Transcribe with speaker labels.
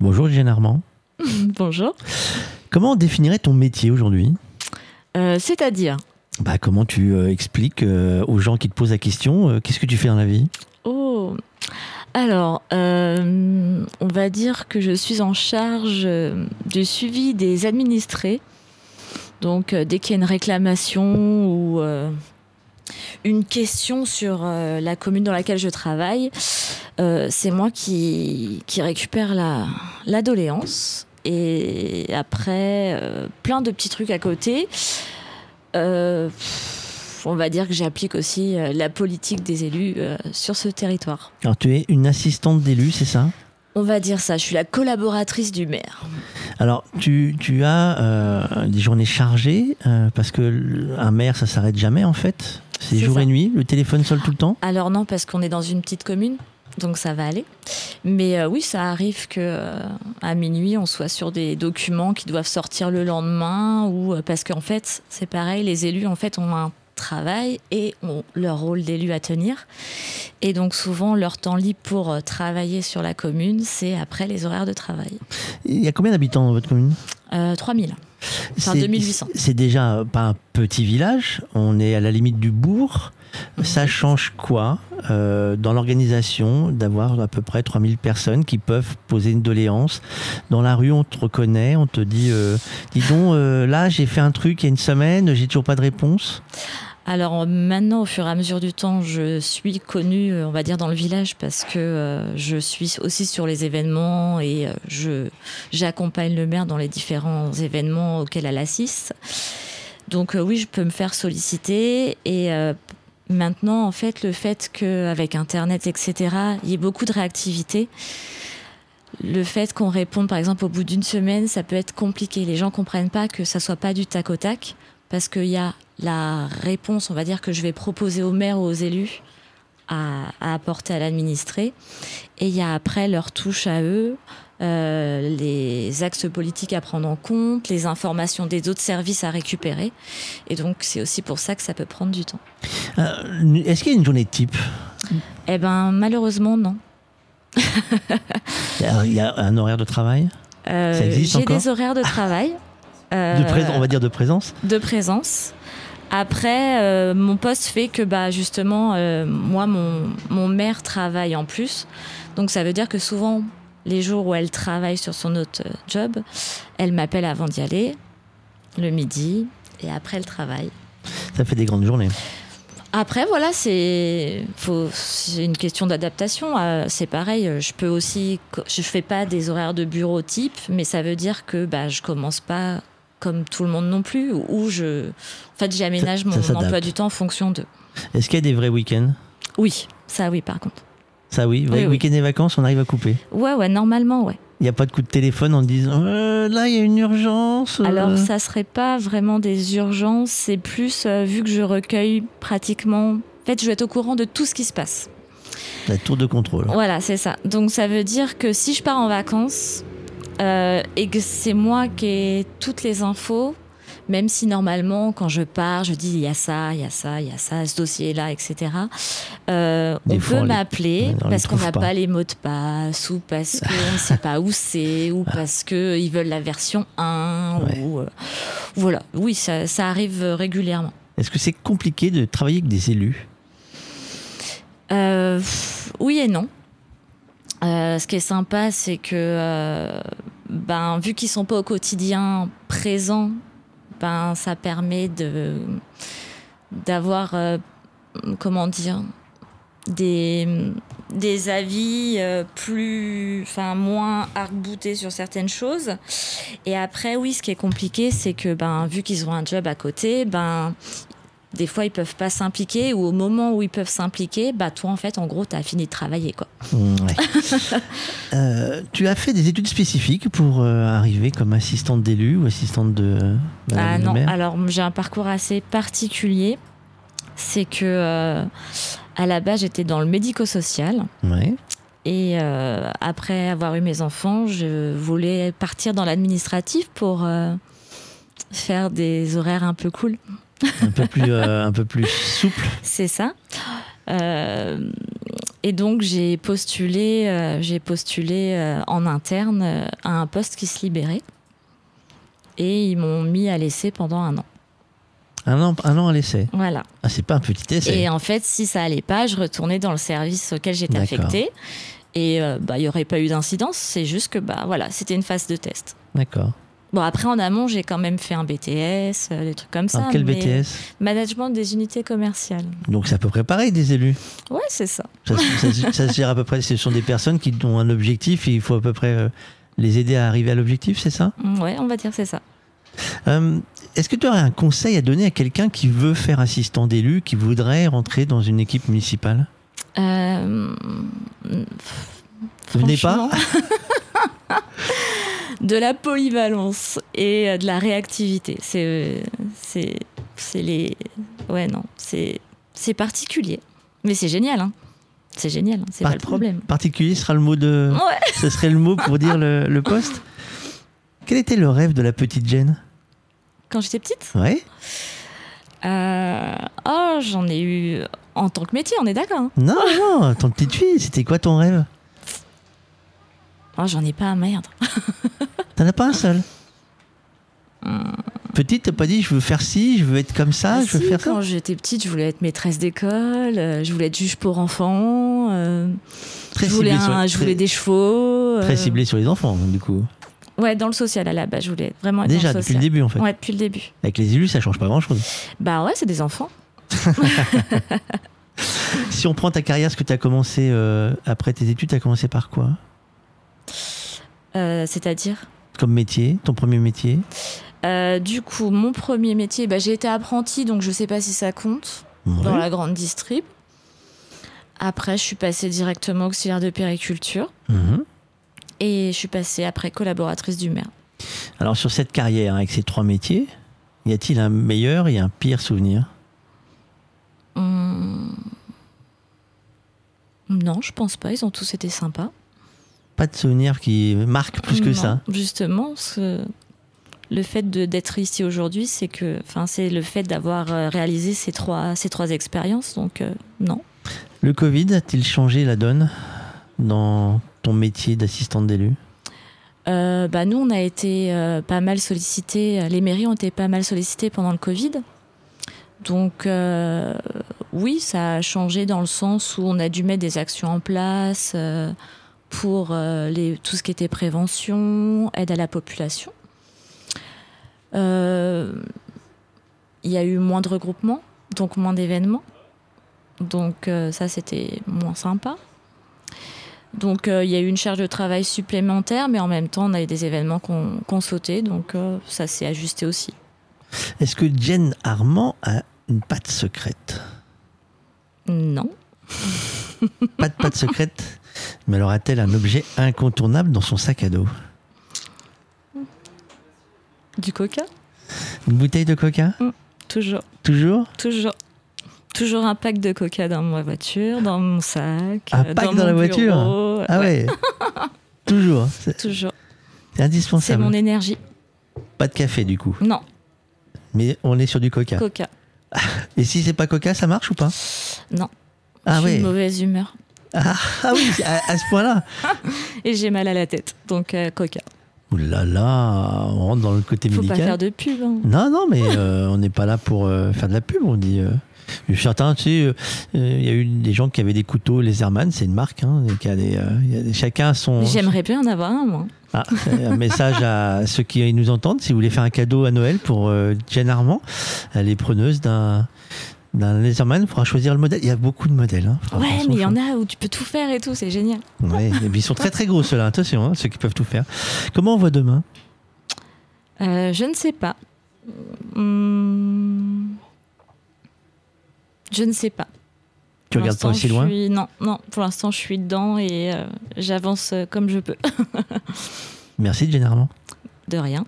Speaker 1: Bonjour Jeanne Armand.
Speaker 2: Bonjour.
Speaker 1: Comment on définirait ton métier aujourd'hui
Speaker 2: Euh, C'est-à-dire
Speaker 1: bah, Comment tu euh, expliques euh, aux gens qui te posent la question euh, qu'est-ce que tu fais dans la vie
Speaker 2: Oh Alors, euh, on va dire que je suis en charge euh, du suivi des administrés. Donc, euh, dès qu'il y a une réclamation ou euh, une question sur euh, la commune dans laquelle je travaille, euh, c'est moi qui, qui récupère la, la doléance. Et après, euh, plein de petits trucs à côté. Euh, pff, on va dire que j'applique aussi euh, la politique des élus euh, sur ce territoire.
Speaker 1: Alors, tu es une assistante d'élu, c'est ça
Speaker 2: On va dire ça, je suis la collaboratrice du maire.
Speaker 1: Alors, tu, tu as euh, des journées chargées euh, parce que l- un maire, ça s'arrête jamais en fait. C'est
Speaker 2: C'est
Speaker 1: jour
Speaker 2: ça.
Speaker 1: et nuit, le téléphone sonne tout le temps.
Speaker 2: Alors non, parce qu'on est dans une petite commune, donc ça va aller. Mais euh, oui, ça arrive que euh, à minuit, on soit sur des documents qui doivent sortir le lendemain, ou euh, parce qu'en fait, c'est pareil, les élus en fait ont un travail et ont leur rôle d'élu à tenir. Et donc souvent, leur temps libre pour euh, travailler sur la commune, c'est après les horaires de travail.
Speaker 1: Il y a combien d'habitants dans votre commune
Speaker 2: Euh, 3000. Enfin,
Speaker 1: C'est-
Speaker 2: 2800.
Speaker 1: C'est déjà euh, pas un petit village, on est à la limite du bourg.
Speaker 2: Mhm.
Speaker 1: Ça change quoi euh, dans l'organisation d'avoir à peu près 3000 personnes qui peuvent poser une doléance Dans la rue, on te reconnaît, on te dit euh, dis donc, euh, là j'ai fait un truc il y a une semaine, j'ai toujours pas de réponse.
Speaker 2: Alors euh, maintenant, au fur et à mesure du temps, je suis connue, euh, on va dire, dans le village parce que euh, je suis aussi sur les événements et euh, je j'accompagne le maire dans les différents événements auxquels elle assiste. Donc euh, oui, je peux me faire solliciter et euh, maintenant, en fait, le fait qu'avec Internet, etc., il y ait beaucoup de réactivité. Le fait qu'on réponde, par exemple, au bout d'une semaine, ça peut être compliqué. Les gens comprennent pas que ça soit pas du tac au tac parce qu'il y a la réponse, on va dire, que je vais proposer au maire ou aux élus à, à apporter à l'administré. Et il y a après leur touche à eux, euh, les axes politiques à prendre en compte, les informations des autres services à récupérer. Et donc, c'est aussi pour ça que ça peut prendre du temps.
Speaker 1: Euh, Est-ce qu'il y a une journée type
Speaker 2: Eh ben, malheureusement, non.
Speaker 1: Il y a- Il y a un horaire de travail
Speaker 2: Euh,
Speaker 1: Ça existe
Speaker 2: J'ai
Speaker 1: encore
Speaker 2: des horaires de travail.
Speaker 1: de
Speaker 2: euh,
Speaker 1: présence, On va dire de présence
Speaker 2: de présence. Après, euh, mon poste fait que bah, justement, euh, moi, mon, mon maire travaille en plus. Donc ça veut dire que souvent, les jours où elle travaille sur son autre euh, job, elle m'appelle avant d'y aller, le midi, et après le travail.
Speaker 1: Ça fait des grandes journées.
Speaker 2: Après, voilà, c'est faut- c'est une question d'adaptation. Euh, c'est pareil, euh, je peux aussi, co- je fais pas des horaires de bureau type, mais ça veut dire que bah, je commence pas comme tout le monde non plus, ou- ou je, en fait, j'aménage
Speaker 1: Ça-
Speaker 2: mon
Speaker 1: ça s'adapte.
Speaker 2: emploi du temps en fonction de.
Speaker 1: Est-ce qu'il y a des vrais week-ends
Speaker 2: Oui, ça oui, par contre.
Speaker 1: Ça oui, vrais
Speaker 2: Oui, oui.
Speaker 1: week-ends et vacances, on arrive à couper.
Speaker 2: Ouais, ouais, normalement, ouais.
Speaker 1: Il n'y a pas de coup de téléphone en disant Euh, là il y a une urgence. euh.
Speaker 2: Alors, ça serait pas vraiment des urgences, c'est plus euh, vu que je recueille pratiquement. En fait, je vais être au courant de tout ce qui se passe.
Speaker 1: La tour de contrôle.
Speaker 2: Voilà, c'est ça. Donc ça veut dire que si je pars en vacances euh, et que c'est moi qui ai toutes les infos, même si normalement quand je pars, je dis il y a ça, il y a ça, il y a ça, ce dossier-là, etc. euh,
Speaker 1: Des
Speaker 2: on
Speaker 1: fois, on
Speaker 2: peut
Speaker 1: les-
Speaker 2: m'appeler
Speaker 1: on les
Speaker 2: parce qu'on
Speaker 1: trouve
Speaker 2: n'a
Speaker 1: pas.
Speaker 2: pas les mots de passe ou parce qu'on ne sait pas où c'est ou parce qu'ils veulent la version 1
Speaker 1: Ah. Ouais.
Speaker 2: ou euh, voilà. Oui, ça, ça arrive régulièrement.
Speaker 1: Est-ce que c'est compliqué de travailler avec des élus
Speaker 2: Euh, pff, oui et non. Euh, ce qui est sympa, c'est que euh, ben, vu qu'ils sont pas au quotidien présents, ben, ça permet de d'avoir euh, comment dire des, des avis euh, plus enfin moins arc-boutés sur certaines choses et après oui ce qui est compliqué c'est que ben vu qu'ils ont un job à côté ben des fois ils peuvent pas s'impliquer ou au moment où ils peuvent s'impliquer bah toi en fait en gros t'as fini de travailler quoi
Speaker 1: Mmh, ouais. Euh, Tu as fait des études spécifiques pour euh, arriver comme assistante d'élu ou assistante de, euh, madame
Speaker 2: ah
Speaker 1: le
Speaker 2: non
Speaker 1: maire
Speaker 2: alors j'ai un parcours assez particulier c'est que euh, à la base j'étais dans le médico-social
Speaker 1: Ouais.
Speaker 2: Et euh, après avoir eu mes enfants, je voulais partir dans l'administratif pour euh, faire des horaires un peu cool.
Speaker 1: Un peu plus, euh, un peu plus souple.
Speaker 2: C'est ça. Euh, Et donc j'ai postulé, euh, j'ai postulé euh, en interne euh, à un poste qui se libérait. Et ils m'ont mis à l'essai pendant un an.
Speaker 1: Un an, un an à l'essai.
Speaker 2: Voilà.
Speaker 1: Ah, c'est pas un petit essai.
Speaker 2: Et en fait, si ça allait pas, je retournais dans le service auquel j'étais
Speaker 1: D'accord.
Speaker 2: affectée. Et euh, bah, il n'y aurait pas eu d'incidence. C'est juste que bah, voilà, c'était une phase de test.
Speaker 1: D'accord.
Speaker 2: Bon, après, en amont, j'ai quand même fait un BTS, euh, des trucs comme ça.
Speaker 1: Alors, quel
Speaker 2: mais-
Speaker 1: BTS
Speaker 2: Management des unités commerciales.
Speaker 1: Donc, c'est à peu près pareil des élus.
Speaker 2: Ouais, c'est ça.
Speaker 1: Ça, se- ça se- ça se gère à peu près. Ce sont des personnes qui ont un objectif et il faut à peu près euh, les aider à arriver à l'objectif, c'est ça
Speaker 2: Ouais, on va dire c'est ça.
Speaker 1: Euh, Est-ce que tu aurais un conseil à donner à quelqu'un qui veut faire assistant d'élu, qui voudrait rentrer dans une équipe municipale
Speaker 2: Euh,
Speaker 1: Venez pas
Speaker 2: franchement, de la polyvalence et euh, de la réactivité. C'est, euh, c'est, c'est les, ouais non, c'est, c'est particulier, mais c'est génial. hein. C'est génial. hein, C'est pas le
Speaker 1: Parti-
Speaker 2: problème.
Speaker 1: Particulier sera le mot de.
Speaker 2: Ouais.
Speaker 1: Ce serait le mot pour dire le, le poste. Quel était le rêve de la petite Jane
Speaker 2: Quand j'étais petite,
Speaker 1: Ouais.
Speaker 2: euh, oh j'en ai eu en tant que métier, on est d'accord. hein.
Speaker 1: Non, non, ton petite fille, c'était quoi ton rêve
Speaker 2: Oh j'en ai pas, merde.
Speaker 1: T'en as pas un seul Petite, t'as pas dit je veux faire ci, je veux être comme ça, Ah, je veux
Speaker 2: Hmm. Ah, Si,
Speaker 1: faire
Speaker 2: quand
Speaker 1: ça
Speaker 2: j'étais petite, je voulais être maîtresse d'école, euh, je voulais être juge pour enfants. euh,
Speaker 1: Très
Speaker 2: je voulais,
Speaker 1: ciblé sur-
Speaker 2: un- je
Speaker 1: très-
Speaker 2: voulais des chevaux. euh,
Speaker 1: Très ciblé sur les enfants, du coup.
Speaker 2: Ouais, dans le social à la base, je voulais être vraiment être
Speaker 1: Déjà,
Speaker 2: dans le
Speaker 1: depuis
Speaker 2: social.
Speaker 1: le début, en fait.
Speaker 2: Ouais, depuis le début.
Speaker 1: Avec les élus, ça change pas grand chose.
Speaker 2: Bah ouais, c'est des enfants.
Speaker 1: Si on prend ta carrière, ce que tu as commencé euh, après tes études, tu as commencé par quoi
Speaker 2: Euh, C'est-à-dire
Speaker 1: Comme métier, ton premier métier
Speaker 2: Euh, Du coup, mon premier métier, bah, j'ai été apprentie, donc je sais pas si ça compte,
Speaker 1: Ouais.
Speaker 2: dans la grande distrib. Après, je suis passée directement auxiliaire de périculture.
Speaker 1: Mhm.
Speaker 2: Et je suis passée après collaboratrice du maire.
Speaker 1: Alors, sur cette carrière, hein, avec ces trois métiers, y a-t-il un meilleur et un pire souvenir
Speaker 2: Hum. Non, je pense pas. Ils ont tous été sympas.
Speaker 1: Pas de souvenir qui marque plus que
Speaker 2: Non,
Speaker 1: ça.
Speaker 2: Justement, ce- le fait de- d'être ici aujourd'hui, c'est que, enfin, c'est le fait d'avoir euh, réalisé ces trois, ces trois expériences. Donc euh, non.
Speaker 1: Le Covid a-t-il changé la donne dans ton métier d'assistante d'élu
Speaker 2: Euh, bah nous, on a été euh, pas mal sollicités. euh, Les mairies ont été pas mal sollicitées pendant le Covid. Donc euh, oui, ça a changé dans le sens où on a dû mettre des actions en place euh, pour euh, les, tout ce qui était prévention, aide à la population. Euh, Il y a eu moins de regroupements, donc moins d'événements. Donc euh, ça, c'était moins sympa. Donc euh, il y a eu une charge de travail supplémentaire, mais en même temps, on a eu des événements qu'on qu'on sautait, donc euh, ça s'est ajusté aussi.
Speaker 1: Est-ce que Jen Armand a une patte secrète
Speaker 2: Non.
Speaker 1: Pas de patte secrète, mais alors a-t-elle un objet incontournable dans son sac à dos
Speaker 2: Du coca
Speaker 1: Une bouteille de coca
Speaker 2: Toujours.
Speaker 1: Toujours
Speaker 2: Toujours. Toujours un pack de coca dans ma voiture, dans mon sac.
Speaker 1: Un
Speaker 2: euh,
Speaker 1: pack
Speaker 2: dans,
Speaker 1: dans
Speaker 2: mon
Speaker 1: la voiture
Speaker 2: bureau.
Speaker 1: Ah ouais
Speaker 2: Ouais,
Speaker 1: Toujours, hein. c'est
Speaker 2: Toujours.
Speaker 1: c'est
Speaker 2: C'est
Speaker 1: indispensable.
Speaker 2: mon énergie.
Speaker 1: Pas de café du coup,
Speaker 2: Non,
Speaker 1: mais on est sur du coca.
Speaker 2: coca.
Speaker 1: Et si c'est pas coca, ça marche ou pas
Speaker 2: Non.
Speaker 1: Ah
Speaker 2: je suis
Speaker 1: ouais
Speaker 2: de mauvaise humeur.
Speaker 1: ah, ah oui, à, à ce point-là
Speaker 2: Et j'ai mal à la tête, donc euh, coca.
Speaker 1: Ouh là là, on rentre dans le côté
Speaker 2: Faut
Speaker 1: médical.
Speaker 2: pas faire de pub. hein.
Speaker 1: Non, non, mais euh, on n'est pas là pour euh, faire de la pub. On dit. euh, certains, tu sais, euh, euh, il y a eu des gens qui avaient des couteaux, les Herman, c'est une marque. Hein, et qui a des, euh, il y a des- chacun a son.
Speaker 2: J'aimerais bien en avoir un, moi.
Speaker 1: Ah, c'est un message à ceux qui nous entendent. Si vous voulez faire un cadeau à Noël pour euh, Jen Armand, elle est preneuse d'un. D'un Laserman, il faudra choisir le modèle. Il y a beaucoup de modèles. Hein. Faudra faire
Speaker 2: Ouais,
Speaker 1: son
Speaker 2: mais il y
Speaker 1: choix.
Speaker 2: en a où tu peux tout faire et tout, c'est génial.
Speaker 1: Ouais, et puis ils sont très très gros ceux-là, attention, hein, ceux qui peuvent tout faire. Comment on voit demain
Speaker 2: Euh, je ne sais pas. Hmm. Je ne sais pas.
Speaker 1: Tu
Speaker 2: Pour
Speaker 1: regardes pas
Speaker 2: l'instant,
Speaker 1: aussi
Speaker 2: je
Speaker 1: loin
Speaker 2: suis- Non, non. Pour l'instant, je suis dedans et euh, j'avance euh, comme je peux.
Speaker 1: Merci Jen Armand.
Speaker 2: De rien.